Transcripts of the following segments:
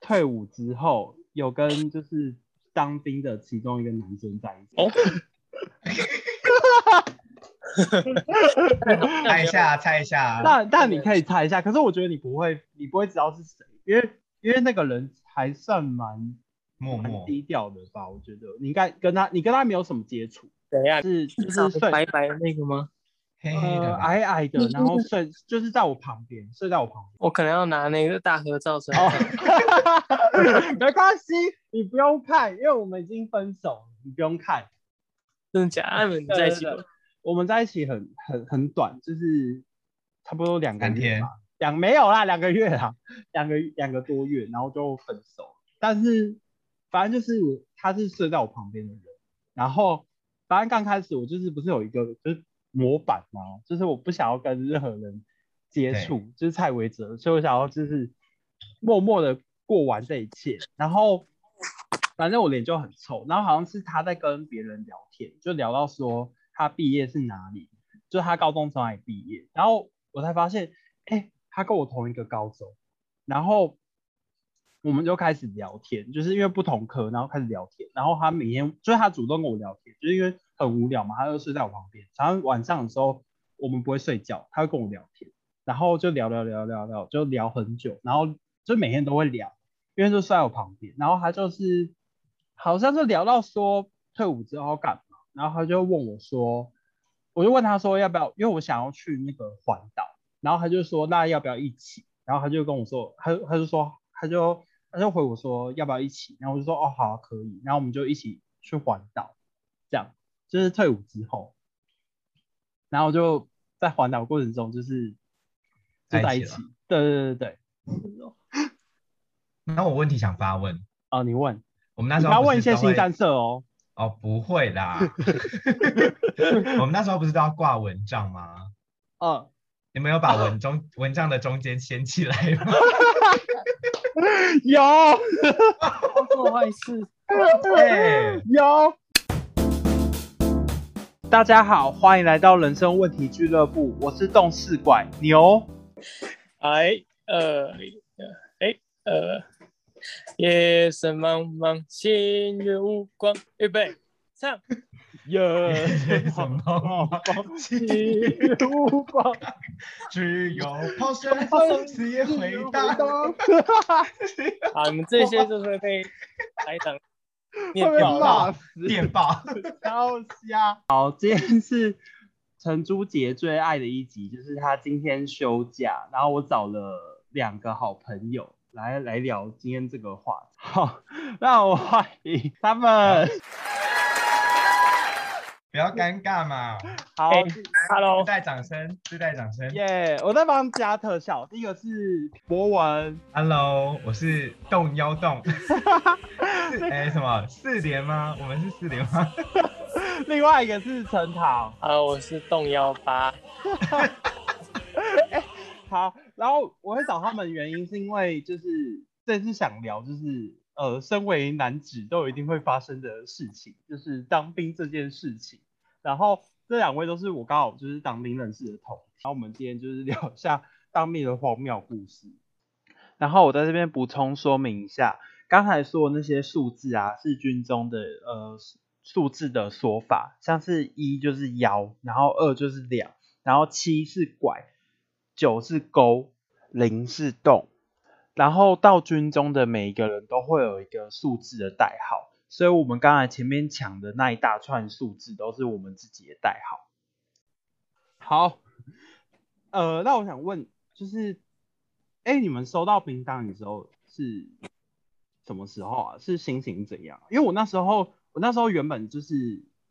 退伍之后有跟就是当兵的其中一个男生在一起。哦猜一下，猜一下，但但你可以猜一下，可是我觉得你不会，你不会知道是谁，因为因为那个人还算蛮默蛮默低调的吧，我觉得你应该跟他，你跟他没有什么接触，等一 下，是就就是是睡白白的那个吗？黑黑呃的吧，矮矮的，然后睡就是在我旁边，睡在我 旁边。我可能要拿那个大合照出来哦看。，没关系，你不用看，因为我们已经分手了，你不用看。 真的假的？艾文你在一起对对吗？我们在一起很很很短，就是差不多两个三月天吧，两没有啦，两个月啦，两个两个多月，然后就分手了。但是反正就是我，他是睡在我旁边的人，然后反正刚开始我就是不是有一个就是模板嘛，就是我不想要跟任何人接触，就是蔡维哲，所以我想要就是默默的过完这一切，然后。反正我脸就很臭，然后好像是他在跟别人聊天，就聊到说他毕业是哪里，就他高中从哪里毕业，然后我才发现，哎、他跟我同一个高中，然后我们就开始聊天，就是因为不同科，然后开始聊天，然后他每天就是他主动跟我聊天，就是因为很无聊嘛，他就睡在我旁边，然后晚上的时候我们不会睡觉，他会跟我聊天，然后就聊聊聊聊聊，就聊很久，然后就每天都会聊，因为就睡在我旁边，然后他就是好像就聊到说退伍之后要干嘛，然后他就问我说，我就问他说要不要，因为我想要去那个环岛，然后他就说那要不要一起，然后他就跟我说，他他就说他就他就回我说要不要一起，然后我就说哦好啊、可以，然后我们就一起去环岛，这样就是退伍之后，然后就在环岛过程中就是就在在一一起起，对对对对对，那我问题想发问，哦你问。我们那你时不候要不问一是些都新会三色哦。哦，不 会啦，我们那时候不是都要挂蚊帐吗？嗯，哦你们有把蚊中、蚊帐的中间掀起来吗？有做坏事。对， 有。大家好，欢迎来到人生问题俱乐部，我是动视怪牛。 哎，呃，哎，呃，夜色茫茫，星月无光，预备，唱。耶 什么？无法只有炮呃声从此夜回荡。啊，你们这些就是会被台长 念会被爆的。骂 骂死，电报， 超瞎。好，今天是陈朱杰最爱的一集，就是他今天休假，然后我找了两个好朋友来来聊今天这个话题。好，让我欢迎他们。不要尴尬嘛！好，哎，Hello，哦自带掌声，自带掌声。耶、我在帮加特效。第一个是博文， Hello，我是动 幺动。哎、什么四连吗？我们是四连吗？另外一个是陈唐。啊，我是动幺八。好，然后我会找他们的原因是因为就是这次想聊就是呃，身为男子都一定会发生的事情，就是当兵这件事情。然后这两位都是我刚好就是当兵认识的同事，然后我们今天就是聊一下当兵的荒谬故事。然后我在这边补充说明一下，刚才说的那些数字啊，是军中的呃数字的说法，像是一就是幺，然后二就是两，然后七是拐，九是勾，零是洞。然后到军中的每一个人都会有一个数字的代号，所以我们刚才前面抢的那一大串数字都是我们自己的代号。好，呃，那我想问，就是，哎，你们收到名单的时候是什么时候啊？是心情怎样？啊因为我那时候，我那时候原本就是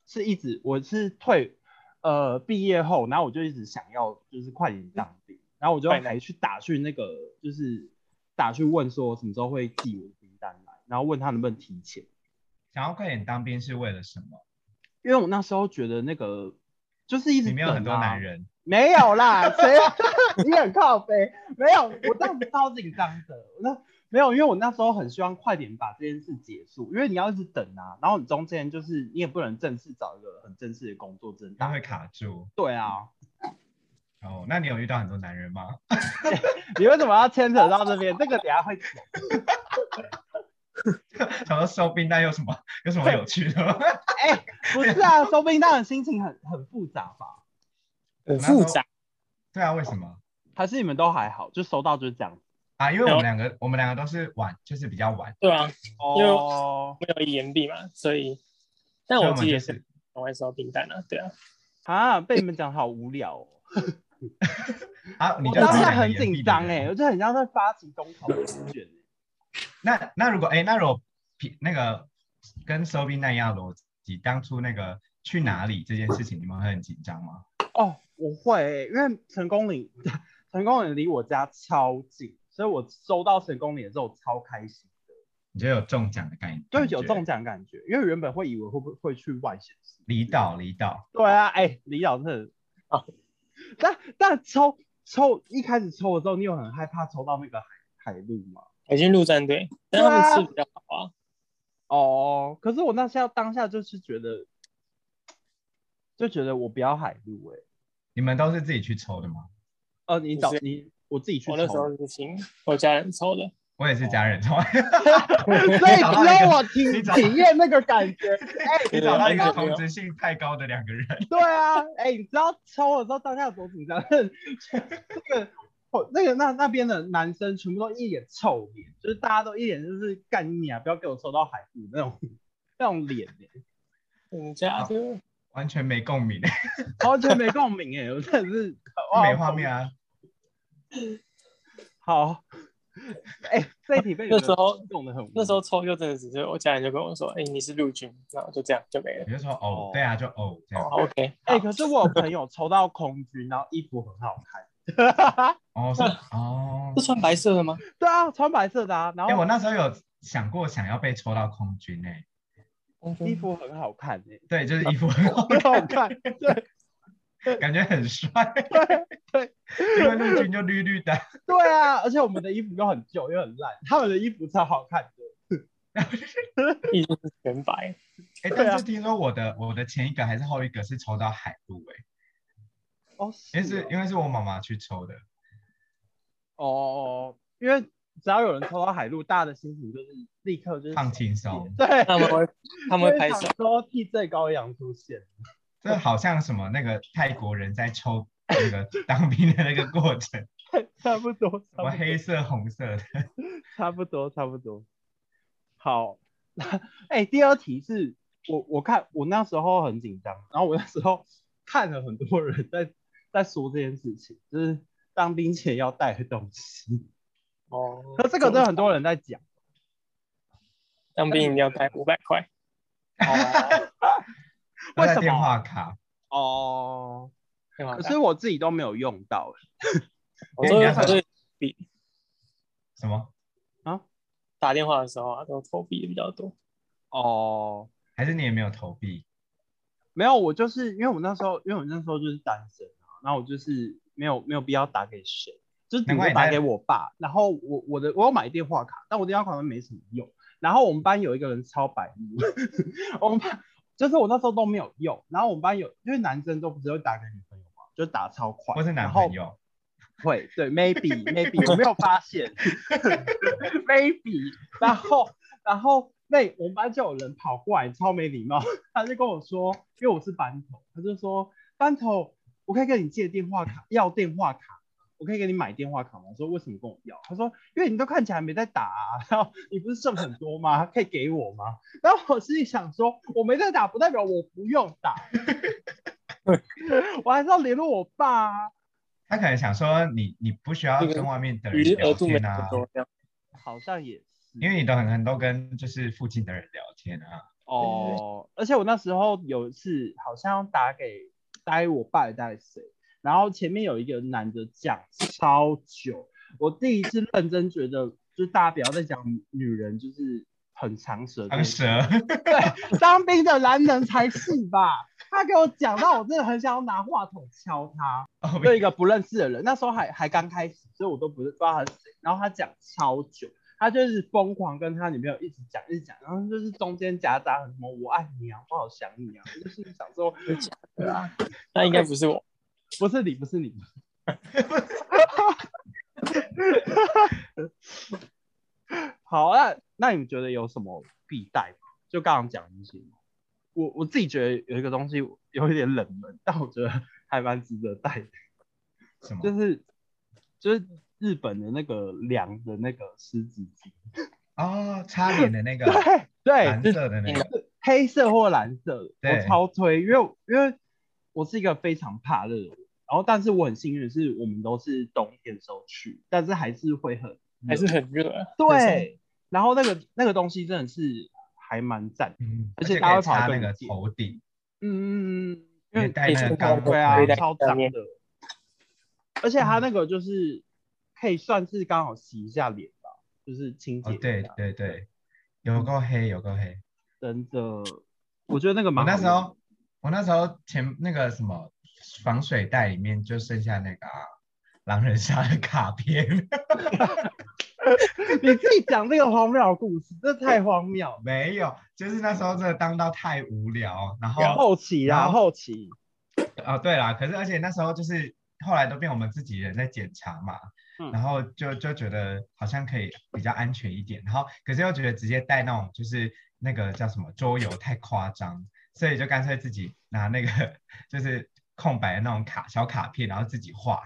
是一直我是退呃毕业后，然后我就一直想要就是快点当兵，然后我就快点还去打去那个就是打去问说什么时候会寄我的名单来，然后问他能不能提前，想要快点当兵是为了什么？因为我那时候觉得那个就是一直里面有很多等啊男人，没有啦，谁？ 你很靠背，没有，我当时超紧张的，那没有，因为我那时候很希望快点把这件事结束，因为你要一直等啊，然后你中间就是你也不能正式找一个很正式的工作，真他的会卡住。对啊，哦，那你有遇到很多男人吗？ 你为什么要牵扯到这边？这个等一下会讲。想说收冰袋有什么 有什么有趣的 吗？哎、不是啊，收兵当然心情很很复杂吧？很复杂。对啊，为什么还是你们都还好，就收到就是这样子。啊？因为我们两个我们两个都是晚，就是比较晚，对啊，因为哦，没有延毕嘛，所以，但所以我我自们己也就是是很会收订单啊，对啊，啊，被你们讲好无聊哦。啊，你我就当是时两个很延毕紧的张人哎，我就很像在发起公投的卷欸。那那如果哎、那如果比那个跟收兵袋一样的逻辑，当初那个去哪里这件事情，你们会很紧张吗？哦，我会欸、因为成功岭， 成功岭离我家超近，所以我收到成功岭的时候超开心，你觉得有中奖的概念？就是感觉有中奖感觉。因为原本会以为会不会去外县市，离岛，离岛，对啊，哎、离岛真的啊，但但抽抽一开始抽的时候，你有很害怕抽到那个海海陆吗？海军陆战队，但对他啊们吃比较好啊，哦，可是我那下当下就是觉得，就觉得我不要海陆哎、你们都是自己去抽的吗？呃，你找不是你我自己去我抽那的，时候是请我家人抽的，我也是家人 抽，所以只找到一有个我体你找体验那个感觉。哎、你找到一个对啊同质性太高的两个人， 对啊，哎、你知道抽的时候当下有多紧张？ 那个我那个那那边的男生全部都一脸臭脸，就是大家都一脸就是干你啊，不要给我抽到海陆那种那种脸、欸，人家好就完全没共鸣，完全没共鸣哎、我真的是没画。面啊。哇好，哎、这一题被你们那时候弄得很无那时聊候抽就真的只是我家人就跟我说，哎、你是陆军，然后就这样就没了。你就说哦哦，对啊，就哦这样，哦，OK，哎、好可是我有朋友抽到空军，然后衣服很好看。 哦是哦是。穿白色的吗？对啊，穿白色的啊，然哎，后我那时候有想过想要被抽到空军诶，衣嗯服很好看 哎、对，就是衣服很好看，哦对感觉很帅，对， 因为陆军就绿绿的，哎 对啊，而且我们的衣服又很旧又很烂，他们的衣服超好看的。已经是全白，哎，对啊但是听说我的我的前一个还是后一个是抽到海陆哎，哦，因为是哦因为是我妈妈去抽的，哦，因为只要有人抽到海陆，大家的心情就是立刻就是放轻松。对，他们会他们会拍手，说替罪羔羊出现。这好像什么那个泰国人在抽那个 当兵的那个过程，差不多，什么差不多，黑色、红色的。差不多，差不多。好， 哎、第二题是我我看我那时候很紧张，然后我那时候看了很多人在在说这件事情，就是当兵前要带的东西。哦，可这个真的很多人在 讲。当兵一定要带五百块， 哦，都为在什么电话卡，哦，很好可看是我自己都没有用到。我都哎你要我都什么？打电话的时候啊，都投币比较多。哦，还是你也没有投币？没有，我就是因为我那时候，因为我那时候就是单身啊，然后我就是没有没有必要打给谁，就顶难怪多你打在给我爸。然后我我的我有买电话卡，但我电话卡好像没什么用。然后我们班有一个人超白目， 我们班就是我那时候都没有用。然后我们班有因为男生都不是会打给女朋友嘛，就打超快，或是男然后朋友？会，对，maybe maybe 我没有发现，maybe，然后然后那我们班就有人跑过来，超没礼貌，他就跟我说，因为我是班头，他就说班头，我可以跟你借电话卡，要电话卡，我可以给你买电话卡吗？我说为什么跟我要？他说因为你都看起来没在打、啊，然后你不是剩很多吗？可以给我吗？然后我心里想说，我没在打不代表我不用打， 我还是要联络我爸、啊。他可能想说你你不需要这个跟外面的余人额聊度没天那么啊，多，这样好像也是，因为你都很很多跟就是附近的人聊天啊。哦，而且我那时候有一次好像打给打给我爸，还是打给谁，然后前面有一个男的讲超久，我第一次认真觉得，就是大家不要再讲女人就是很长舌这当件事，蛇，当兵的男人才是吧？他给我讲到，我真的很想要拿话筒敲他。哦 对一个不认识的人，那时候还还刚开始，所以我都不是不知道他是谁。然后他讲超久，他就是疯狂跟他女朋友一直讲，一直讲，然后就是中间夹杂很多“我爱你啊，我好想你啊”，我就是想说对啊，那应该不是我，不是你，不是你。 好，那那你们觉得有什么必带吗？就刚刚讲的那些吗，我我自己觉得有一个东西有一点冷门，但我觉得还蛮值得带的，什么？就是就是日本的那个凉的那个湿纸巾，哦，擦脸的那个对对，蓝色的那个，黑色或蓝色的，我对超推，因为我因为我是一个非常怕热的人，然后但是我很幸运的是我们都是冬天的时候去，但是还是会很热还是很热啊。但是，对，然后那个那个东西真的是还蛮赞的，嗯，而而且且它会可以跑得擦那更个近头顶，嗯嗯嗯，因因为为戴那个钢盔对啊，戴超下脏面的，而且它那个就是可以算是刚好洗一下脸吧，就是清洁哦，一下、对对对，有够黑，有够黑。真的，我觉得那个我蛮好那用的。时候，我那时候前那个什么防水袋里面就剩下那个、啊、狼人杀的卡片， 你自己讲这个荒谬的故事，这太荒谬了。没有，就是那时候真的当到太无聊，然后后期啊，然后后期，哦，对啦，可是而且那时候就是后来都变我们自己人在检查嘛，嗯然后就就觉得好像可以比较安全一点，然后可是又觉得直接带那种就是那个叫什么桌游太夸张，所以就干脆自己拿那个 就是空白的那种卡小卡片，然后自己画。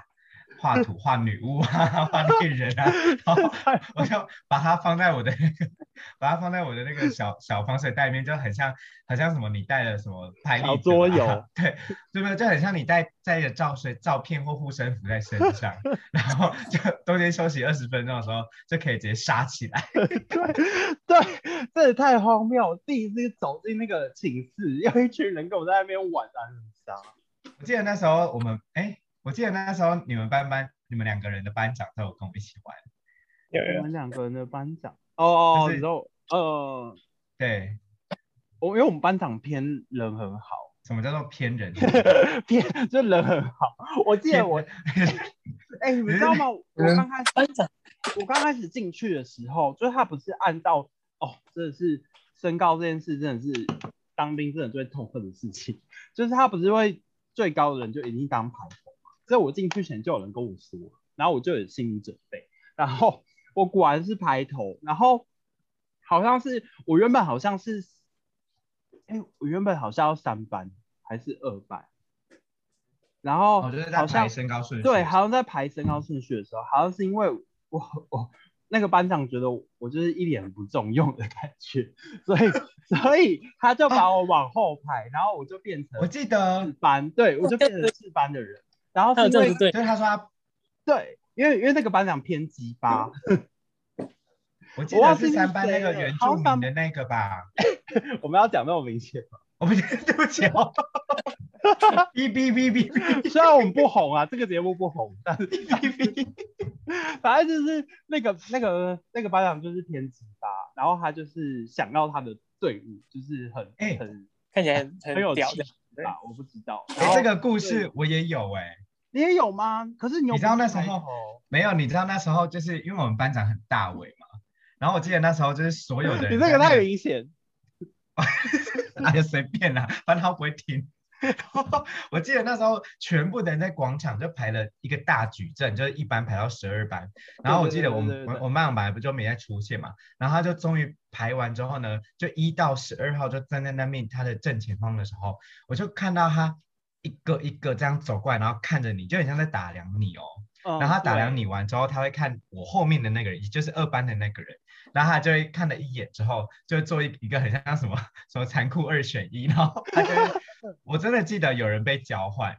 画图画女巫啊，画猎人啊，然后我就把它放在我的那个，把它放在我的那个小小防水袋里面，就很像，很像什么你带了什么拍立小得、啊、桌游，对，对不对？就很像你带带着照水照片或护身符在身上， 然后就中间休息二十分钟的时候，就可以直接杀起来。对，这也太荒谬了。第一次走进那个寝室，有一群人跟我在那边玩啊狼人杀，我记得那时候我们，哎，我记得那时候你们班班你们两个人的班长都有跟我一起玩，有啊有我们两个人的班长。哦，就是你知道，呃，对，我因为我们班长偏人很好， 什么叫做偏人？偏就人很好。我记得 我，哎、你们知道吗？我嗯刚开始班长我刚开始进去的时候，就是他不是按照哦，真的是身高这件事，真的是当兵真的最痛恨的事情，就是他不是会最高的人就一定当排头嘛，所以我进去前就有人跟我说，然后我就有心理准备，然后我果然是排头，然后好像是我原本好像是，哎、我原本好像要三班还是二班，然后我觉哦得在好像排身高顺序，对，好像在排身高顺序的时候，好像是因为我我那个班长觉得我就是一脸不中用的感觉，所 以所以他就把我往后排，然后我就变我成记得四，班，对我就变成四班的人。然后还有是因这样为子对就，是他说他，对，因为因为那个班长偏激吧，我记我忘得记是是三班谁那个了原好住像民的那个吧。我们要讲那么明 显吗，我不记得，对不起哦， 哔哔哔哔哔虽然我们不红啊，这个节目不红，但 是哔哔。反正就是那个那个那个班长就是偏激吧，然后他就是想要他的队伍就是很、哎很看起来很很有屌气的，质吧？我不知道。然哎，后这个故事我也有哎、你也有吗？可是你又你知道不是那时候抬头没有，你知道那时候就是因为我们班长很大尾嘛，然后我记得那时候就是所有的人，你这个太明显。哎呀随便啦，反正他不会听。 然后我记得那时候全部的人在广场就排了一个大矩阵，就是一班排到十二班。然后我记得我对对对们对我对我班长本来不就没在出现嘛，然后他就终于排完之后呢，就一到十二号就站在那面他的正前方的时候，我就看到他一个一个这样走过来，然后看着你，就很像在打量你哦。嗯然后他打量对你完之后，他会看我后面的那个人，也就是二班的那个人，然后他就会看了一眼之后，就会做一一个很像什么什么残酷二选一，然后他就会 我真的记得有人被交换，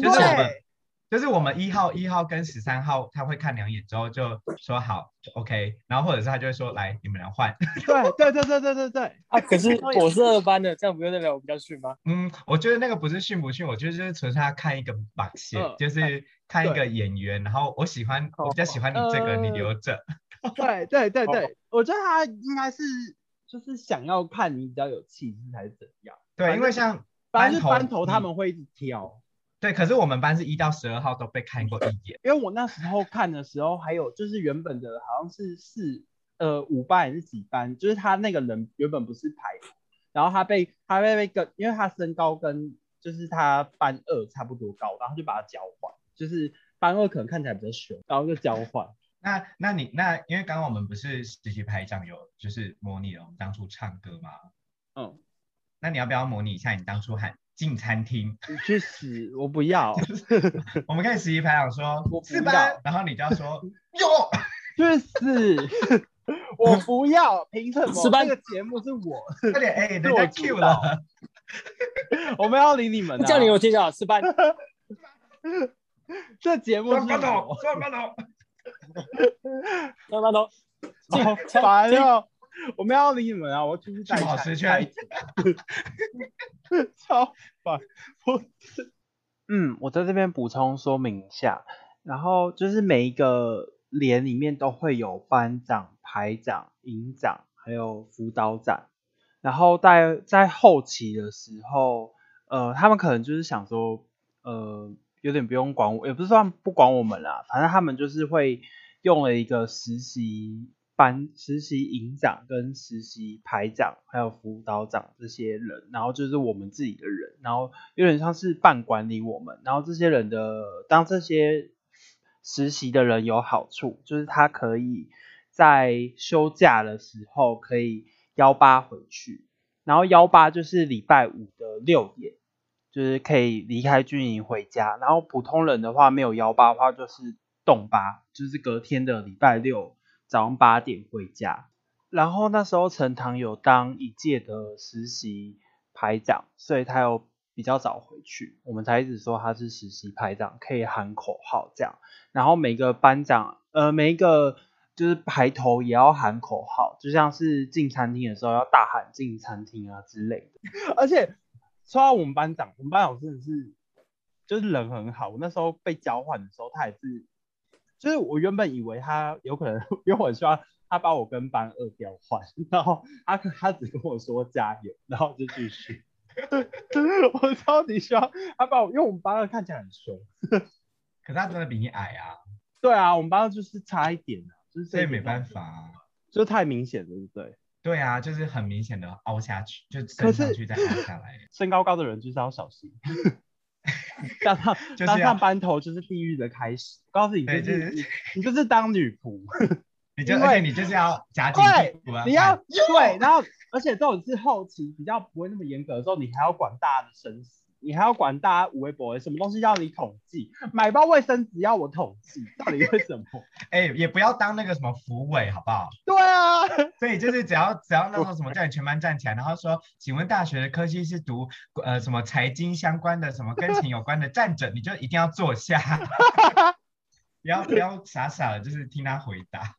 就是我们对就是我们一号一号跟十三号，他会看两眼之后就说好 OK，然后或者是他就会说来你们俩换，对对对对对对对，啊。可 是我是二班的，这样不就代表我比较逊 吗？嗯，我觉得那个不是训不训，我觉得就是纯粹他看一个把戏，嗯哦就是看一个演员，然后我喜欢我比较喜欢你这个，你呃留着。对对对对，我觉得他应该是就是想要看你比较有气质还是怎样，对，因为反正像反正就班班头头他嗯们会一直挑。对，可是我们班是一到十二号都被看过一眼，因为我那时候看的时候，还有就是原本的好像是四呃五班还是几班，就是他那个人原本不是排，然后他被他被被跟，因为他身高跟就是他班二差不多高，然后就把他交换，就是班二可能看起来比较凶，然后就交换，那那你那因为刚刚我们不是实习排长有就是模拟了我们当初唱歌嘛，嗯，那你要不要模拟一下你当初喊进餐厅？你去死，我不要，我们看实习排长说我不是吧要，然后你就要说 哟，去死，我不要，凭什么？是吧这个节目是我，快点哎，人我家主 Q 导了， 我没有要理你们、啊，叫你我听到是 吧？这节目是双班头我，，双班头，要班哦头，进 好烦哦，我没有要理你们啊，我要出去带去保时圈，超烦，我嗯，我在这边补充说明一下，然后就是每一个连里面都会有班长、排长、营长，还有辅导长，然后在在后期的时候，呃，他们可能就是想说，呃，有点不用管我，也不是说他们不管我们啦，反正他们就是会用了一个实习班、实习营长跟实习排长，还有辅导长这些人，然后就是我们自己的人，然后有点像是半管理我们，然后这些人的当这些实习的人有好处，就是他可以在休假的时候可以幺八回去，然后幺八就是礼拜五的六点，就是可以离开军营回家。然后普通人的话，没有幺八的话就是动八，就是隔天的礼拜六早上八点回家。然后那时候陈唐有当一届的实习排长，所以他有比较早回去，我们才一直说他是实习排长，可以喊口号这样。然后每个班长，呃，每一个就是排头也要喊口号，就像是进餐厅的时候要大喊进餐厅啊之类的。 而且说到我们班长，我们班长真的是就是人很好。我那时候被交换的时候，他也是，就是我原本以为他有可能， 因为我很希望他把我跟班二调换，然后他他只跟我说加油，然后就继续。 我超级希望他把我，因为我们班二看起来很凶。可是他真的比你矮啊，对啊，我们班就是差一点啊，就是所以没法。办法啊。就太明显了，对不对？对啊，就是很明显的凹下去，就可升是上去再凹下来，身高高的人就是要小心。 当上 就是当要上班头就是地狱的开始，告诉你就是对就是你你就是当女仆，你就因而且为你就是要夹紧对屁股啊，你要喊对，然后而且这种是后期比较不会那么严格的时候，你还要管大家的生死，你还要管大家无微博什么东西要你统计，买包卫生纸要我统计，到底为什么？ 哎、也不要当那个什么扶委，好不好？对啊，所以就是只要只要那时候什么叫你全班站起来，然后说，请问大学的科系是读呃什么财经相关的，什么跟钱有关的，站着你就一定要坐下， 不要不要傻傻的，就是听他回答。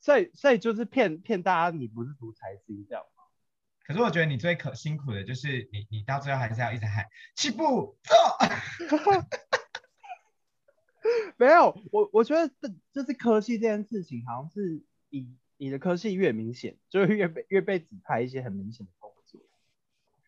所以所以就是骗骗大家你不是读财经这样。可是我觉得你最可辛苦的就是你你到最后还是要一直喊起步坐，没有，我我觉得这就是科系这件事情，好像是你你的科系越明显，就会越被越被指派一些很明显的工作。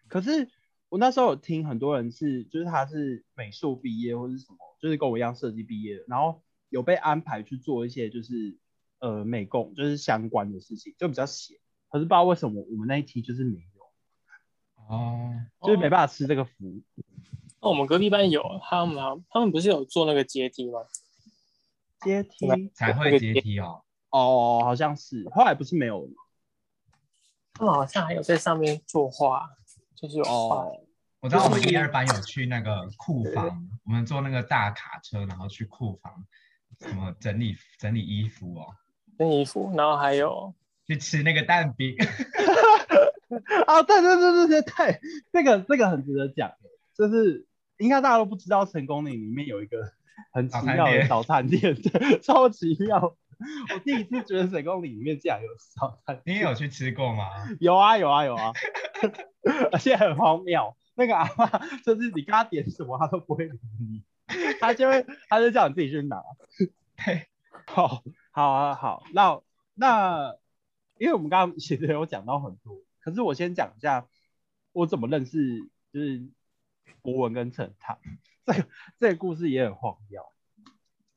可是我那时候有听很多人是，就是他是美术毕业或是什么，就是跟我一样设计毕业的，然后有被安排去做一些就是呃美工就是相关的事情，就比较闲。可是不知道为什么我们那一期就是没有，哦，就是没办法吃这个福。那哦我们隔壁班有他们啊，他们不是有做那个阶梯吗？阶梯才会阶梯哦。哦，好像是，后来不是没有了吗？他们好像还有在上面作画，就是有画。哦，我知道我们一二班有去那个库房，我们坐那个大卡车，然后去库房什么整理整理衣服哦，跟衣服，然后还有去吃那个蛋饼。 啊，对对对对对对，这个这个很值得讲，欸就是应该大家都不知道成功岭里面有一个很奇妙的早餐店，对超奇妙。我第一次觉得成功岭里面竟然有早餐你也有去吃过吗？有啊有啊有 啊，而且很荒谬。那个阿嬷就是你跟她点什么，她都不会理你，她就会她就叫你自己去拿。对，好，好啊，好，那那因为我们刚刚其实有讲到很多，可是我先讲一下我怎么认识就是博文跟陈唐，这个这个故事也很荒谬，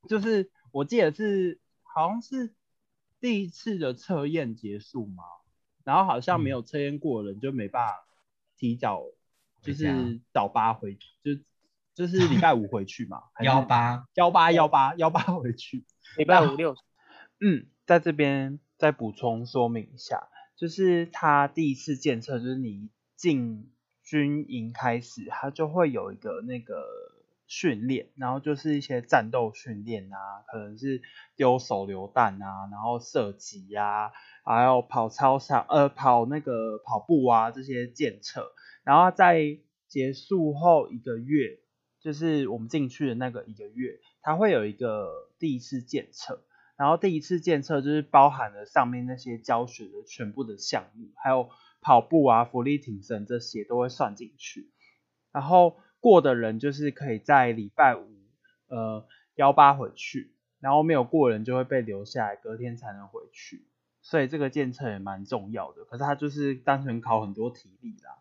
就是我记得是好像是第一次的测验结束嘛，然后好嗯像没有测验过的人就没办法提早，就回家是早八回，就 就是礼拜五回去嘛，还是幺八，幺八幺八幺八回去，啊礼拜五六，嗯，在这边再补充说明一下，就是它第一次检测，就是你进军营开始，它就会有一个那个训练，然后就是一些战斗训练啊，可能是丢手榴弹啊，然后射击啊，还有跑操场呃跑那个跑步啊这些检测，然后在结束后一个月，就是我们进去的那个一个月，它会有一个第一次检测。然后第一次检测就是包含了上面那些教学的全部的项目，还有跑步啊、浮力挺身这些都会算进去。然后过的人就是可以在礼拜五呃幺八回去，然后没有过的人就会被留下来，隔天才能回去。所以这个检测也蛮重要的，可是它就是单纯考很多体力啦。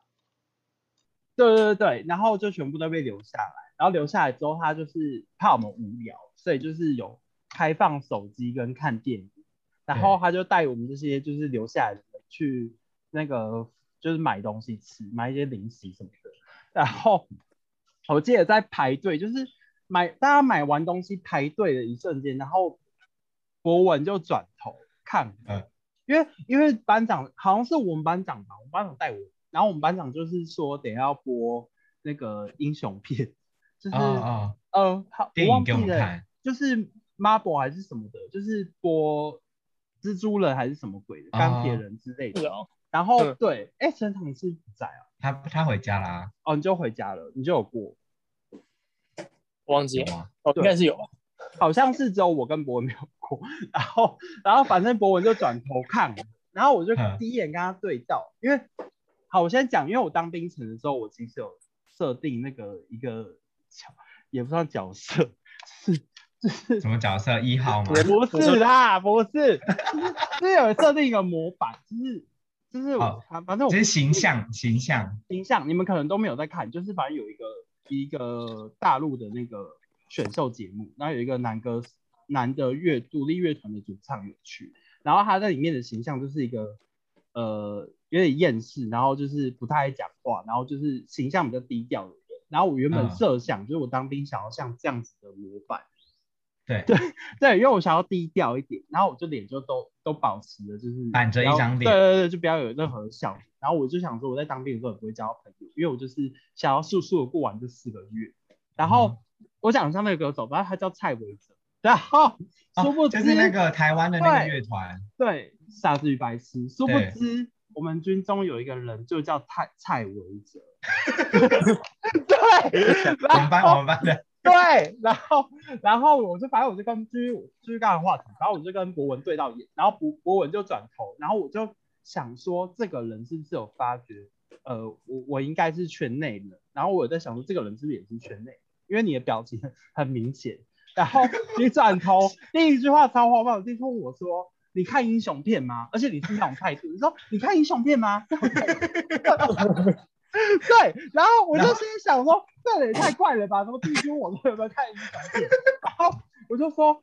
对对对对，然后就全部都被留下来，然后留下来之后，他就是怕我们无聊，所以就是有开放手机跟看电影，然后他就带我们这些就是留下来的人去那个就是买东西吃，买一些零食什么的。然后我记得在排队，就是买大家买完东西排队的一瞬间，然后博文就转头看我，嗯因为因为班长好像是我们班长吧，我们班长带我，然后我们班长就是说等一下要播那个英雄片，就是、哦哦，呃，好，电我影忘给记我们了看，就是 Marble 还是什么的，就是播蜘蛛人还是什么鬼的，钢铁哦人之类是的。哦，然后嗯对，哎，陈场是不在啊，他他回家啦，哦，你就回家了，你就有过，我忘记有了，吗？哦，对应该是有吧。好像是只有我跟博文没有过。然后然后反正博文就转头看我，然后我就嗯第一眼跟他对到，因为好，我先讲，因为我当兵城的时候，我其实有设定那个一个角，也不算角色，是就是什么角色一号吗？不是啦，不是，就是就是有设定一个模板，就是就是我好反反正我只是形象形象，形象，你们可能都没有在看，就是反正有一个一个大陆的那个选秀节目，然后有一个男歌男的乐独立乐团的主唱有去，然后他在里面的形象就是一个呃有点厌世，然后就是不太爱讲话，然后就是形象比较低调的人。然后我原本嗯设想、就是我当兵想要像这样子的模板，对对对，因为我想要低调一点，然后我就脸就都都保持了就是板着一不要张脸对对对，就不要有任何的笑容。然后我就想说我在当兵的时候也不会交朋友，因为我就是想要速速的过完这四个月。然嗯后、我想上那个歌手，反正他叫蔡维泽，然后殊不哦，知、就是那个台湾的那个对乐团，对傻子与白痴，殊不对知我们军中有一个人就叫蔡蔡维 泽，对，我然们班后我们班的，对，然后然后我就反正我就跟继续继续干话题，然后我就跟博文对到眼，然后博博文就转头，然后我就想说这个人是不是有发觉，呃，我我应该是圈内人，然后我有在想说这个人是不是也是圈内，因为你的表情很明显，然后你转头第一句话超荒谬，就问我说。你看英雄片吗？而且你是那种态度，你说你看英雄片吗？这种态度 对，然后我就然后心里想说，这也太怪了吧？什么地区我都有没有看英雄片？然后我就说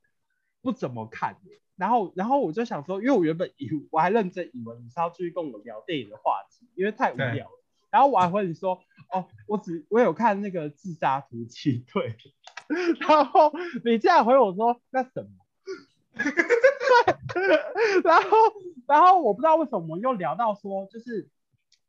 不怎么看耶、然后然后我就想说，因为我原本以为我还认真以为你是要继续跟我聊电影的话题，因为太无对聊了。然后我还回你说，哦，我只我有看那个《自杀突击队》，然后你竟然回我说那什么？ 然后，然后我不知道为什么又聊到说，就是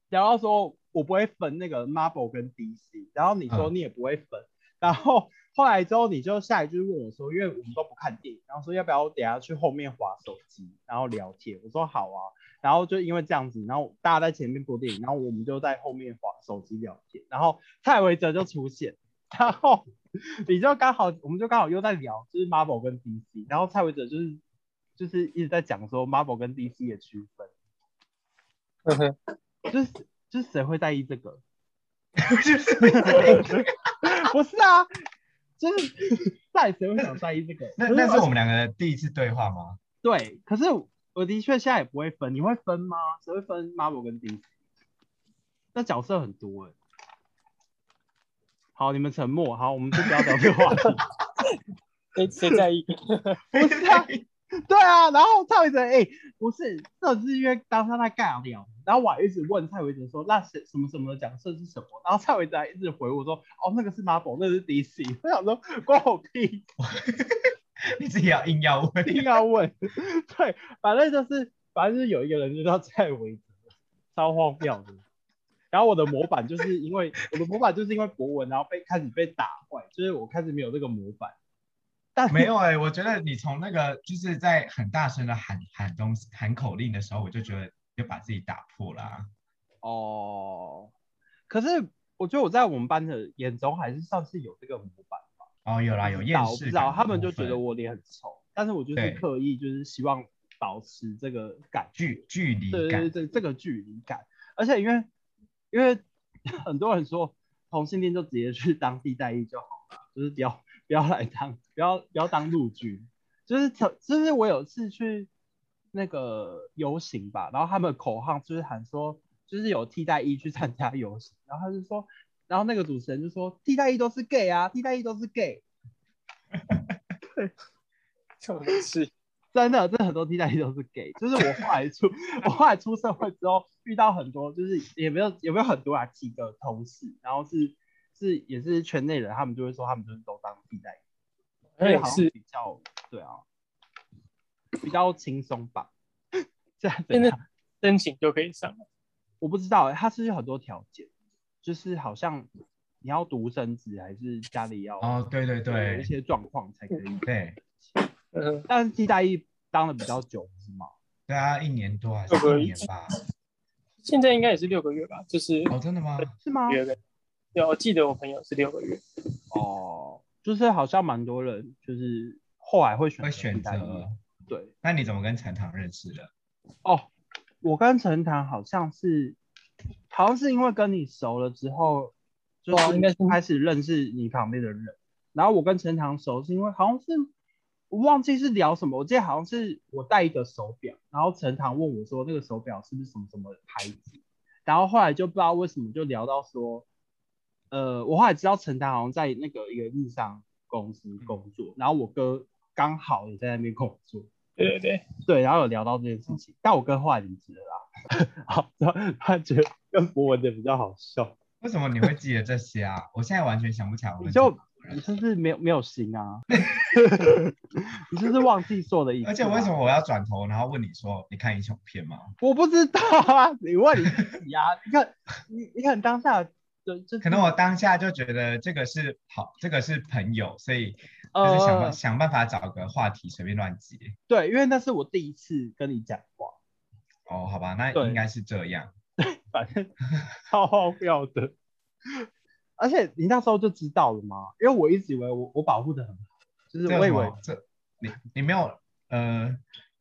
聊到说我不会分那个 Marvel 跟 DC，然后你说嗯你也不会分，然后后来之后你就下一句问我说，因为我们都不看电影，然后说要不要等一下去后面划手机，然后聊天，我说好啊，然后就因为这样子，然后大家在前面播电影，然后我们就在后面划手机聊天，然后蔡维哲就出现，然后你就刚好，我们就刚好又在聊，就是 Marvel 跟 DC，然后蔡维哲就是就是一直在讲说 Marvel 跟 DC 的区分，嗯哼，就是就是谁会在意这个？ 就是不是啊，就是在谁会想在意这个？ 那可那是而我们两个的第一次对话吗？对，可是我的确现在也不会分，你会分吗？谁会分 Marvel 跟 DC？那角色很多哎、好，你们沉默。好，我们就不要聊这个话题。谁谁在意？不是啊， 对啊，然后蔡伟哲，哎、不是，这是因为当下在尬聊，然后我还一直问蔡伟哲说，那是什么什么的角色是什么？然后蔡伟哲还一直回我说，哦，那个是 Marvel，那个是 DC。我想说，关我屁事。你自己要硬要问一。定要问。 对，反正就是反正就是有一个人就叫蔡维泽，超荒谬的。然后我的模板就是因为我的模板就是因为博文，然后被开始被打坏，就是我开始没有这个模板。但没有哎、我觉得你从那个就是在很大声的喊喊东西、喊口令的时候，我就觉得你就把自己打破啦、啊哦，可是我觉得我在我们班的眼中还是算是有这个模板吧。哦，有啦，有我厌知道我世不知感道的啊他们部就觉得分我脸很丑，但是我就是对刻意就是希望保持这个感觉。距距离对对感。对，这个距离感，而且因为因为很多人说同性恋就直接去当地代役就好了，就是不要不要来当不要不要当陆军，就是从就是我有次去那个游行吧，然后他们口号就是喊说就是有替代役去参加游行，然后他就说，然后那个主持人就说替代役都是 gay 啊，替代役都是 gay，什么东 西？真的，真的很多替代役都是 gay。就是我后来出，我后来出社会之后，遇到很多，就是也没有也没有很多啊，几个同事，然后是是也是圈内人，他们就会说他们就是都当替代役，那所以也好哎像是，比较对啊，比较轻松吧。 这样怎真的样？申请就可以上了。我不知道、欸，它是不是有很多条件，就是好像你要独生子，还是家里要哦，对对有一对些状况才可以。对嗯，但是替代役当的比较久，是吗？对啊，一年多还是会不会一年吧？现在应该也是六个月吧，就是哦，真的 吗？是吗？六个月。对，我记得我朋友是六个月。哦， 就是好像蛮多人就是后来会选会选替代择役。。对，那你怎么跟陈唐认识的？哦，我跟陈唐好像是，好像是因为跟你熟了之后，就对啊是应该是开始认识你旁边的人。然后我跟陈唐熟是因为好像是我忘记是聊什么，我记得好像是我戴一个手表，然后陈唐问我说那个手表是不是什么什么牌子，然后后来就不知道为什么就聊到说，呃，我后来知道陈唐好像在那个一个日商公司工作，然后我哥刚好也在那边工作，对对对，对，然后有聊到这件事情，但我跟后来离职了啦。 好，然后他觉得跟博文的比较好笑，为什么你会记得这些啊？我现在完全想不起来我你们怎就么。你就是没有没有心啊， 你就是忘记做的意思、啊而且为什么？我要转头，然后问你说你看英雄片吗？我不知道啊，你问你自己啊，你看你你看当下就就可能我当下就觉得这个是好，这个是朋友，所以就呃是想办、想办法找个话题随便乱接。对，因为那是我第一次跟你讲话，哦，好吧，那对应该是这样。反 正超荒谬的。而且你那时候就知道了吗？因为我一直以为我我保护的很好，就是这我以什为么这你你没有呃，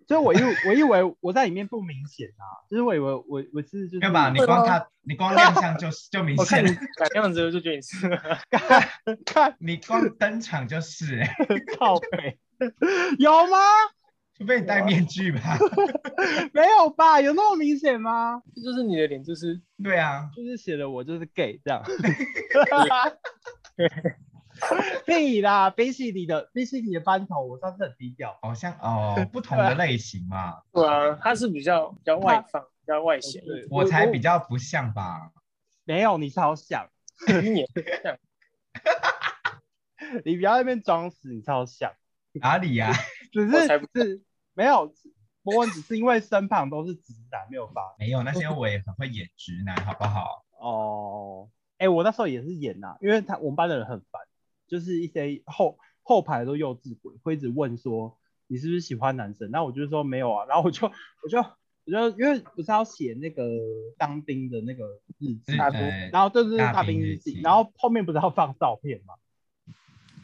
所以我以为 我以为我在里面不明显啊，就是我以为我嗯我是就是要吧？你光看你光亮相就就明我看显你了，长样子，我就觉得你是 看 你光 登场就是、 欸，靠背，有吗？除非你戴面具吧？ 没有吧？有那么明显吗？就是你的脸就是对啊，就是写的我就是 gay 这样，屁啦！比起你的比起你的班头，我算是很低调。好像哦不同的类型嘛，对啊，他是比较比较外放，比较外显，对我才比较不像吧。没有你超像，你也你不要在那边装死，你超像，哪里呀、 只我才是不是没有。博文只是因为身旁都是直男，没有发没有，那是因为我也很会演直男，好不好？哦，哎、我那时候也是演呐、因为他我们班的人很烦，就是一些后后排都幼稚鬼，会一直问说你是不是喜欢男生？然后我就说没有啊，然后我就我就我就因为不是要写那个当兵的那个日记，大对对然后这就是大大兵兵日日记记，然后后面不是要放照片嘛，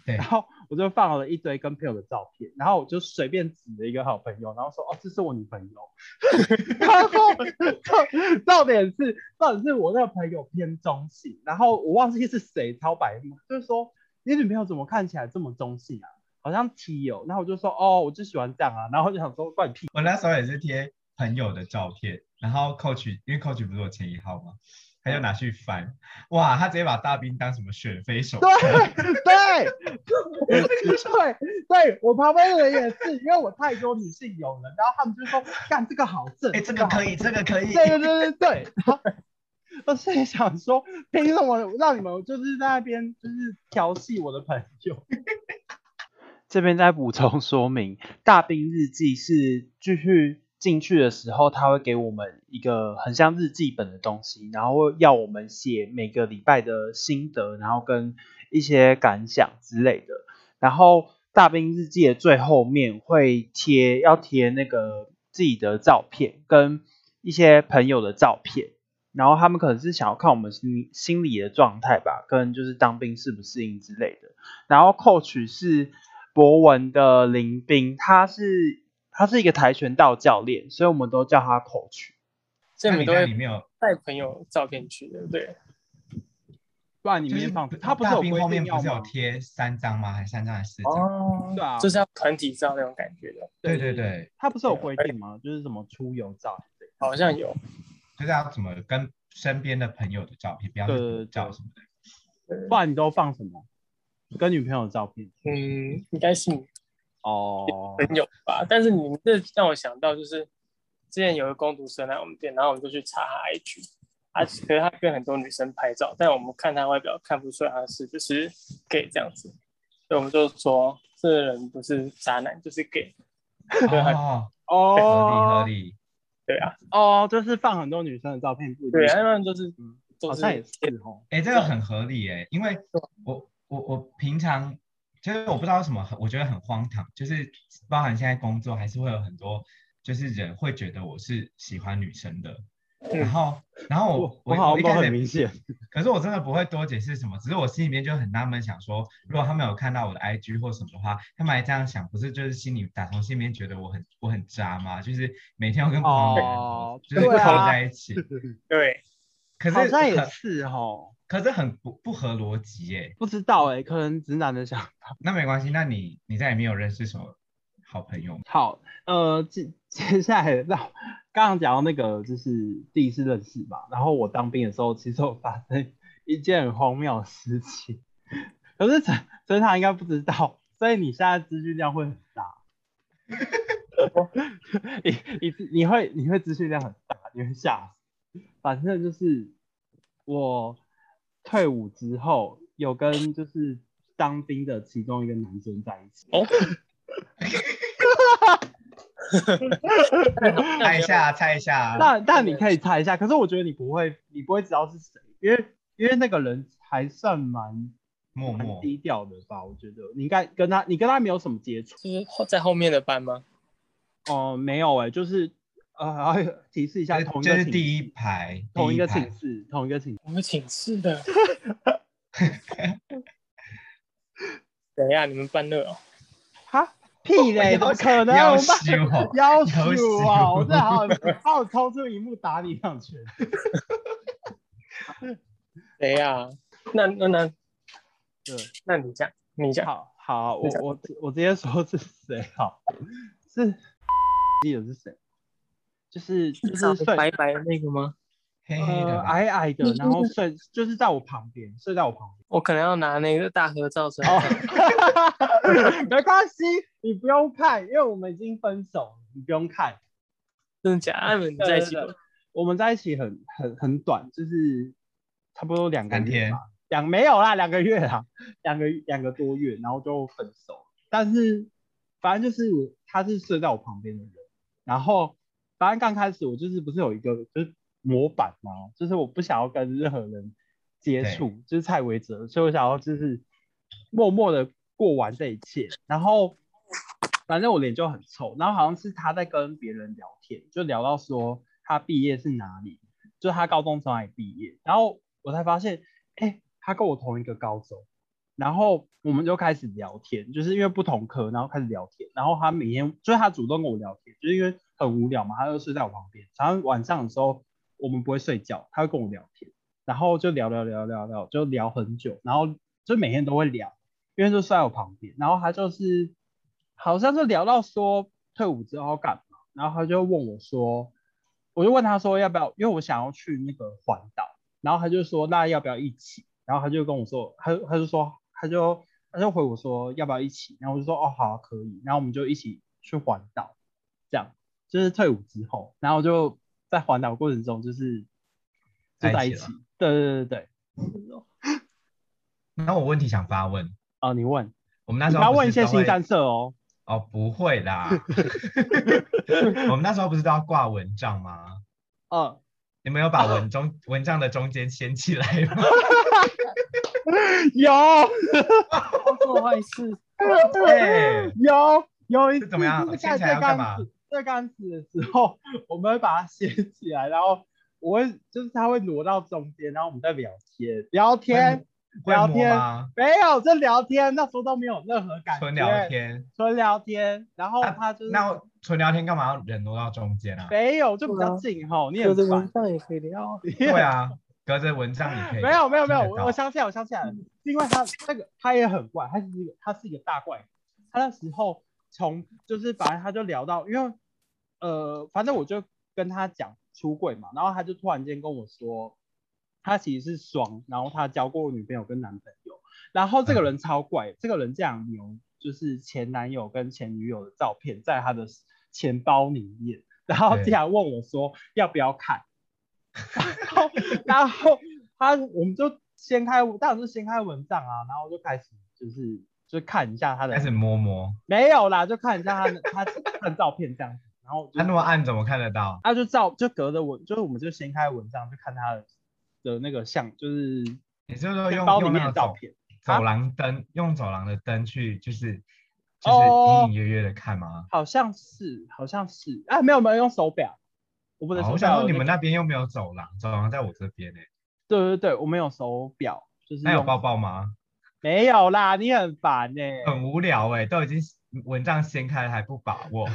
对然后我就放了一堆跟朋友的照片，然后我就随便指了一个好朋友，然后说哦，这是我女朋友。 然后重重点是重点是我那个朋友偏中性，然后我忘记是谁超白目，就是说你女朋友怎么看起来这么中性啊？好像 T 哦，然后我就说哦，我就喜欢这样啊，然后我就想说关你屁我那时候也是贴朋友的照片，然后 coach 因为 coach 不是我前一号嘛，他就拿去翻，哇，他直接把大兵当什么选妃手册，对对 对对，我旁边的人也是，因为我太多女性友人，然后他们就说干这个好正，哎、这个好可以，这个可以，对对对对对。然后我心里想说，凭 什么让你们就是在那边就是调戏我的朋友？这边再补充说明，《大兵日记》是继续进去的时候，他会给我们一个很像日记本的东西，然后会要我们写每个礼拜的心得，然后跟一些感想之类的。然后《大兵日记》的最后面会贴要贴那个自己的照片跟一些朋友的照片。然后他们可能是想要看我们心心理的状态吧，跟就是当兵适不适应之类的。然后 coach 是博文的林兵，他是他是一个跆拳道教练，所以我们都叫他 coach。所以那我们你都在会里面有带朋友照片去，对不对？不然里就是面放，他不是大有兵规后面定不要是有吗？贴三张吗？还是三张还是四张？哦对啊就是要团体照那种感觉的，对对对，啊他不是有规定吗？就是什么出游照之类的好像有。就是要怎么跟身边的朋友的照片，不要对是对合对照什么的。不然你都放什么？跟女朋友的照片嗯，应该是你哦，朋友吧。但是你们这让我想到，就是之前有个工读生来我们店，然后我们就去查他 IG，啊，可是他跟很多女生拍照，但我们看他外表看不出来他是就是 gay 这样子，所以我们就说这人不是渣男就是 gay。哦，合理合哦理。 对啊，哦，就是放很多女生的照片，不一定对啊，他们就是嗯都好是像也是哦。哎、这个很合理哎、因为我我我平常就是我不知道为什么很，我觉得很荒唐，就是包含现在工作还是会有很多就是人会觉得我是喜欢女生的，嗯然后然后我我我好一像开都始也很明显，可是我真的不会多解释什么，只是我心里面就很纳闷，想说嗯如果他们有看到我的 IG 或什么的话，他们还这样想，不是就是心里打从心里面觉得我很我很渣吗？就是每天要跟狂人、哦就是对啊靠在一起，对，可是 好像也可是哦，可是很不不合逻辑耶。不知道哎，可能直男的想那没关系，那你你在里面有认识什么好朋友吗？好，呃，接 接下来到刚刚讲到那个就是第一次认识嘛，然后我当兵的时候，其实我发生一件很荒谬的事情，可是陈陈塔应该不知道，所以你现在资讯量会很大， 你你你会你会资讯量很大，你会吓死。反正就是我退伍之后有跟就是当兵的其中一个男生在一起。 哦，猜一下，啊猜一下。那那你可以猜一下，可是我觉得你不会，你不会知道是谁，因为因为那个人还算蛮默蛮默，低调的吧，我觉得你应该跟他，你跟他没有什么接触。就是后在后面的班吗？哦、没有哎、就是呃，哎提示一下，同一就个是寝第一室排，同一个第排寝室，同一个寝室。我们寝室的。 等一下，你们班的哦。 哈，屁嘞，怎么可能？要我爸死我 要死要死我啊！我我真的 好好抽出荧幕打你两 拳。等一下，啊那那那对。那你讲，你讲。好好，我你讲我我直接说是谁好，是记得是谁，就是就是睡白白的那个吗？黑黑呃的吧，矮矮的，然后睡就是在我旁边，睡在我旁边。我可能要拿那个大合照出来。哦， 没关系，你不用看，因为我们已经分手了，你不用看。真的假的？你们在一起 对对对我们在一起很很很短，就是差不多两个三月天吧，两没有啦，两个月啦，两个两个多月，然后就分手了。但是反正就是我，他是睡在我旁边的人，然后反正刚开始我就是不是有一个就是模板嘛，就是我不想要跟任何人接触，就是蔡维哲，所以我想要就是默默的过完这一切，然后。反正我脸就很臭，然后好像是他在跟别人聊天，就聊到说他毕业是哪里，就他高中从哪里毕业，然后我才发现，哎、他跟我同一个高中，然后我们就开始聊天，就是因为不同科，然后开始聊天，然后他每天就是他主动跟我聊天，就是因为很无聊嘛，他就睡在我旁边，常常晚上的时候我们不会睡觉，他会跟我聊天，然后就聊聊聊聊聊，就聊很久，然后就每天都会聊，因为就睡在我旁边，然后他就是好像就聊到说退伍之后要干嘛，然后他就问我说，我就问他说要不要，因为我想要去那个环岛，然后他就说那要不要一起，然后他就跟我说，他他就说他就他就回我说要不要一起，然后我就说哦好啊、可以，然后我们就一起去环岛，这样就是退伍之后，然后就在环岛过程中就是就在在一一起起，对对对对对，那我问题想发问，啊、你问我们那你时不候要不问一是些都新会三色哦。哦，不会 啦。我们那时候不是都要挂蚊帐吗？嗯，你们有把蚊中、蚊帐的中间掀起 来吗？ 有哦做坏事，对， 有有一次是怎么样就是在掀起来这要缸干嘛子这缸子的时候，我们会把它掀起来，然后我会就是它会挪到中间，然后我们在聊天聊嗯天，会聊摸天吗？没有这聊天，那时候都没有任何感觉，纯聊天，纯聊天，然后他就是那我纯聊天干嘛要人挪到中间啊？没有就比对较啊近吼，你有很的文烦。章也可以聊啊。对啊，隔着蚊帐也可以。没有没有没有，听得我到嗯我想起来，我想起来了，是因为他那个他也很怪，他是一个他是一个大怪，他那时候从就是反正他就聊到，因为呃反正我就跟他讲出柜嘛，然后他就突然间跟我说，他其实是双，然后他交过女朋友跟男朋友，然后嗯这个人超怪，这个人竟然有就是前男友跟前女友的照片在他的钱包里面，然后对竟然问我说要不要看。然后然后他我们就掀开，当然是掀开蚊帐啊，然后就开始就是就看一下他的开，始摸摸，没有啦，就看一下他的他看照片这样子，然后就它那么暗怎么看得到？他就照就隔着蚊，就是我们就掀开蚊帐就看他的的那个像，就是你是说钱用包里用面那的个照走片，啊走廊灯，用走廊的灯去就是就是哦隐隐约约的看吗？好像是好像是啊，没有没有用手表，我们的哦手我想表说有你们个那边又没有走廊，走廊在我这边呢。对对对，我们有手表，就是那有用抱抱吗？没有啦，你很烦欸呢、很无聊哎，都已经蚊帐掀开了还不把 握，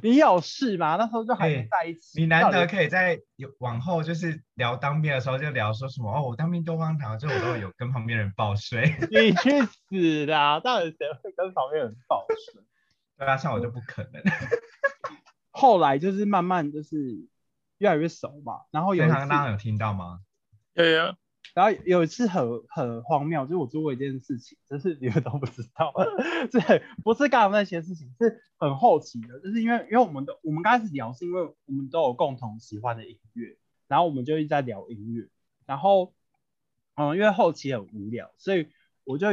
你有事吗？那时候就还没哎在一起，你难到得底可以在有往后就是聊当兵的时候就聊说什么哦，我当兵多荒唐，就我都有跟旁边人报税。 你去死啦！到底谁会跟旁边人抱怨？对啊，像我就不可能，后来就是慢慢就是越来越熟嘛，然后有非一常次，大家有听到吗？有有，然后有一次很很荒谬，就是我做过一件事情，就是你们都不知道， 是不是刚刚那些事情，是很后期的，就是因为因为我们的我们刚开始聊是因为我们都有共同喜欢的音乐，然后我们就一直在聊音乐，然后嗯，因为后期很无聊，所以我就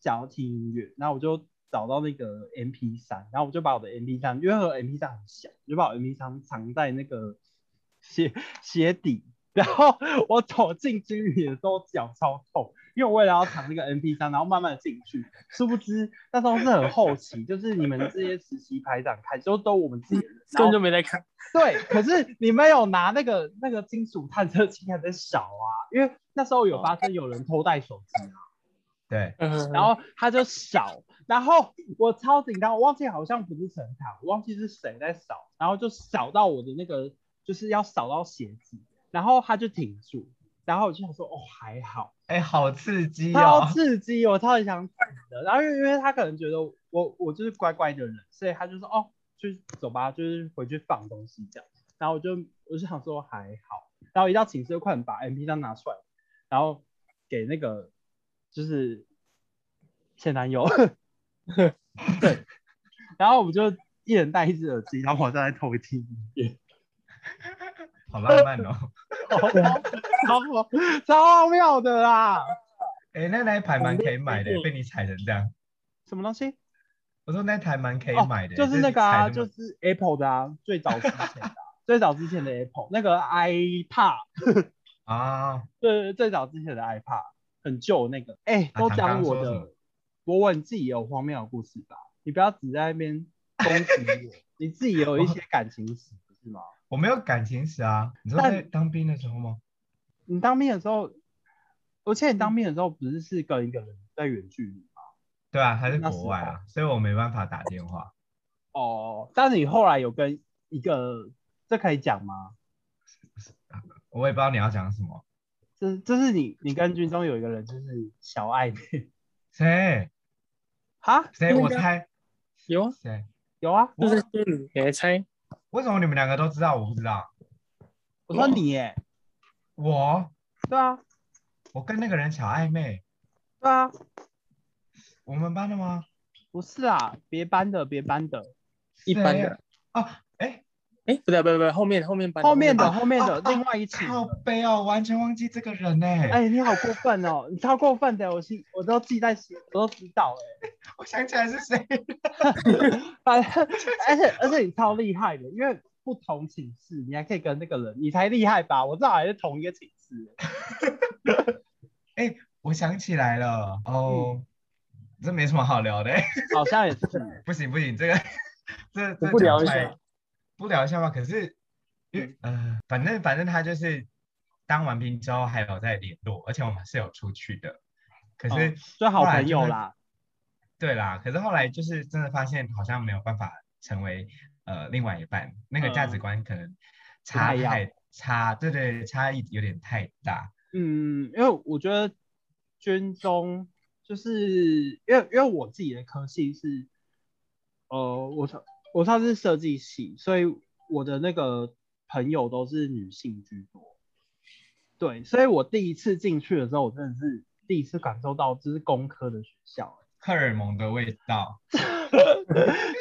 想要听音乐，然后我就找到那个 MP 三，然后我就把我的 MP 三，因为和 MP 三很小，我就把我 MP 三藏在那个鞋鞋底，然后 我走进军里的时候脚超痛，因为我为了要藏那个 MP 三，然后慢慢的进去，殊不知那时候是很后期，就是你们这些实习排长看，就都我们自己的人，根然后本就没在看。对，可是你们有拿那个那个金属探测器还在少啊，因为那时候有发生有人偷带手机啊，对，然然后他就少，然后我超紧张，我忘记好像不是陈塔，我忘记是谁在扫，然后就扫到我的那个就是要扫到鞋子，然后他就停住，然后我就想说哦还好，哎，好刺激超哦！刺激，我超级想死的，然后因为因为他可能觉得我我就是乖乖的人，所以他就说哦就是走吧，就是回去放东西这样。然后我就我就想说还好，然后一到寝室就快点把 MP 三拿出来，然后给那个就是前男友， 对，然后我们就一人戴一只耳机，然后我再来偷听音 乐，好浪漫哦。超荒超荒谬的啦，哎，那那一台蛮可以买的嗯，被你踩成这样。什么东西？我说那台蛮可以买的，哦就是那个啊，踩就得是 Apple 的啊，最早之前的啊、 最早之前的 Apple 那个 iPad。啊，对，最早之前的 iPad 很旧那个，哎、啊都唐讲刚我说什的么博文自己有荒谬的故事吧？你不要只在那边攻击我， 你自己也有一些感情史不是吗？我没有感情史啊。你说但在当兵的时候吗？你当兵的时候，而且你当兵的时候不是是跟一个人在远距离吗？对啊，还是那时候国外啊，所以我没办法打电话。哦，但是你后来有跟一个，这可以讲吗？我也不知道你要讲什么。这这是你你跟军中有一个人就是小爱你谁哈，谁？那我个猜有啊，谁？有啊，就是心里嗯你来猜，为什么你们两个都知道？我不知道。我啊说你耶，我对啊我跟那个人小暧昧，对啊，我们班的吗？不是啊，别班的别班的，一般谁的啊。哎，哎，不对不对不对，后面后面班哦后面的班后面的啊啊另外一起的。靠背哦，完全忘记这个人呢、哎、你好过分哦！你超过分的，我心我都记在心，我都知道哎、我想起来是谁，反正，而且而且你超厉害的，因为不同寝室，你还可以跟那个人，你才厉害吧？我至少还是同一个寝室。我想起来了嗯哦，这没什么好聊的、好像也是，不行不行，这个这这不聊讲出来一下，不聊一下吗？可是，嗯、呃，反正反正他就是当完兵之后还有在联络，而且我们是有出去的。可是、嗯就好朋友啦。对啦，可是后来就是真的发现好像没有办法成为呃另外一半，那个价值嗯观可能差太一样太差，对对，差异有点太大。嗯，因为我觉得军中就是因为因为我自己的科系是，呃，我上我上是设计系，所以我的那个朋友都是女性居多。对，所以我第一次进去的时候，我真的是第一次感受到这是工科的学校， 荷尔蒙的味道，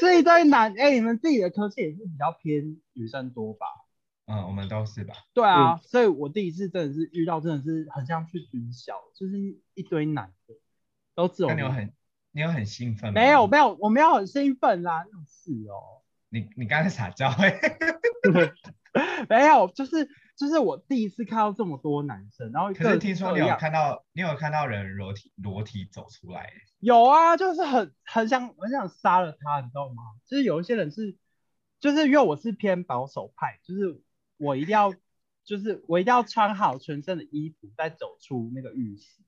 所以在男哎、你们自己的科系也是比较偏女生多吧？嗯，我们都是吧？对啊，所以我第一次真的是遇到，真的是很像去军校，就是一堆男的，都只有那你有女很你有很兴奋吗？没有没有，我没有很兴奋啦，那种事哦， 你你刚才撒娇哎、没有，就是就是我第一次看到这么多男生，然后可各是听说各你有样看到，你有看到人裸体裸体走出来，有啊，就是很很想很想杀了他，你知道吗？就是有一些人是，就是因为我是偏保守派，就是我一定要，就是我一定要穿好全身的衣服再走出那个浴室，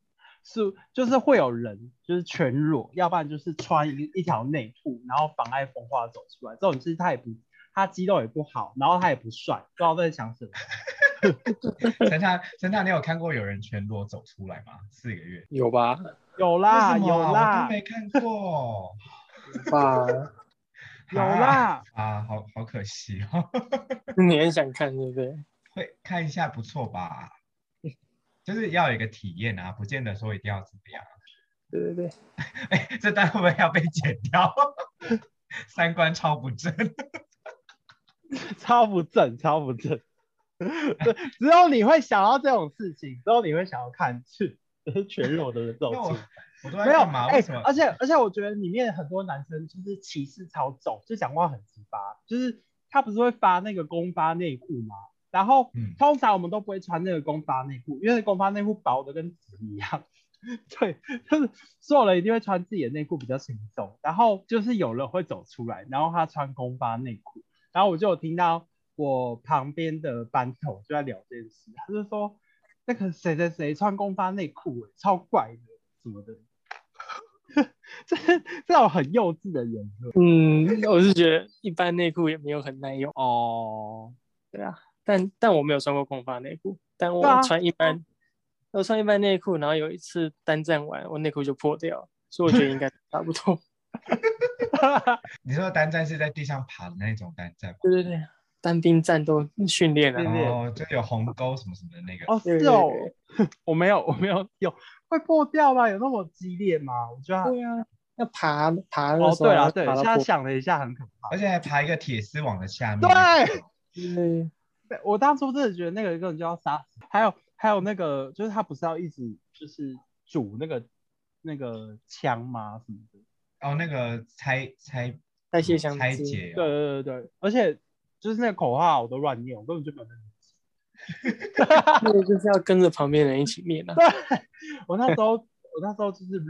是就是会有人就是全裸，要不然就是穿一一条内裤，然后妨碍风化走出来。这种其实他也不，他肌肉也不好，然后他也不帅，不知道在想什么。陈塔陈塔，你有看过有人全裸走出来吗？四个月？有吧有啦为什有么啊我啦都没看过。有 吧，有啊啦，啊，好好可惜哦。 你很想看对不对？会看一下不错吧？就是要有一个体验啊，不见得说一定要怎么样。对对对，哎，这段会不会要被剪掉？ 三观超不正。超不正，超不正。 对，只有你会想到这种事情，只有你会想要看去 全裸的人这那种我事情。我都在没有干嘛？哎为什么？而且而且我觉得里面很多男生就是歧视超重，就讲话很直白，就是他不是会发那个公发内裤吗？然后、嗯通常我们都不会穿那个公发内裤，因为公发内裤薄的跟纸一样。 对，就是所有人一定会穿自己的内裤比较轻松，然后就是有人会走出来，然后他穿公发内裤，然后我就有听到我旁边的班头就在聊这件事，他就说那个谁谁谁穿公发内裤、欸，超怪的什么的， 这这种很幼稚的言论嗯，我是觉得一般内裤也没有很耐用， 哦。对啊，但但我没有穿过空发内裤，但我对啊穿一般，我穿一般内裤，然后有一次单站完，我内裤就破掉了，所以我觉得 应该差不多。你说单站是在地上爬的那种单站吗？对对对，单兵战斗训练对啊，对哦，就有鸿沟什么什么的那个。哦，对是哦， 我没有，我没有有会破掉吗？有那么激烈吗？我觉得它对啊，要爬爬的哦，时候，对啊，啊，对，爬现到在破，想了一下，很可怕。而且还爬一个铁丝网的下面。对，对对我当初真的觉得那个根本就要杀死。还有还有那个，就是他不是要一直就是煮那个那个枪吗？什么的？哦，那个拆拆代谢相拆机解、对哦。对对对，而且就是那个口号我都乱念，我根本就没有认真记。那个就是要跟着旁边人一起练啊。我那时候， 我那时候就是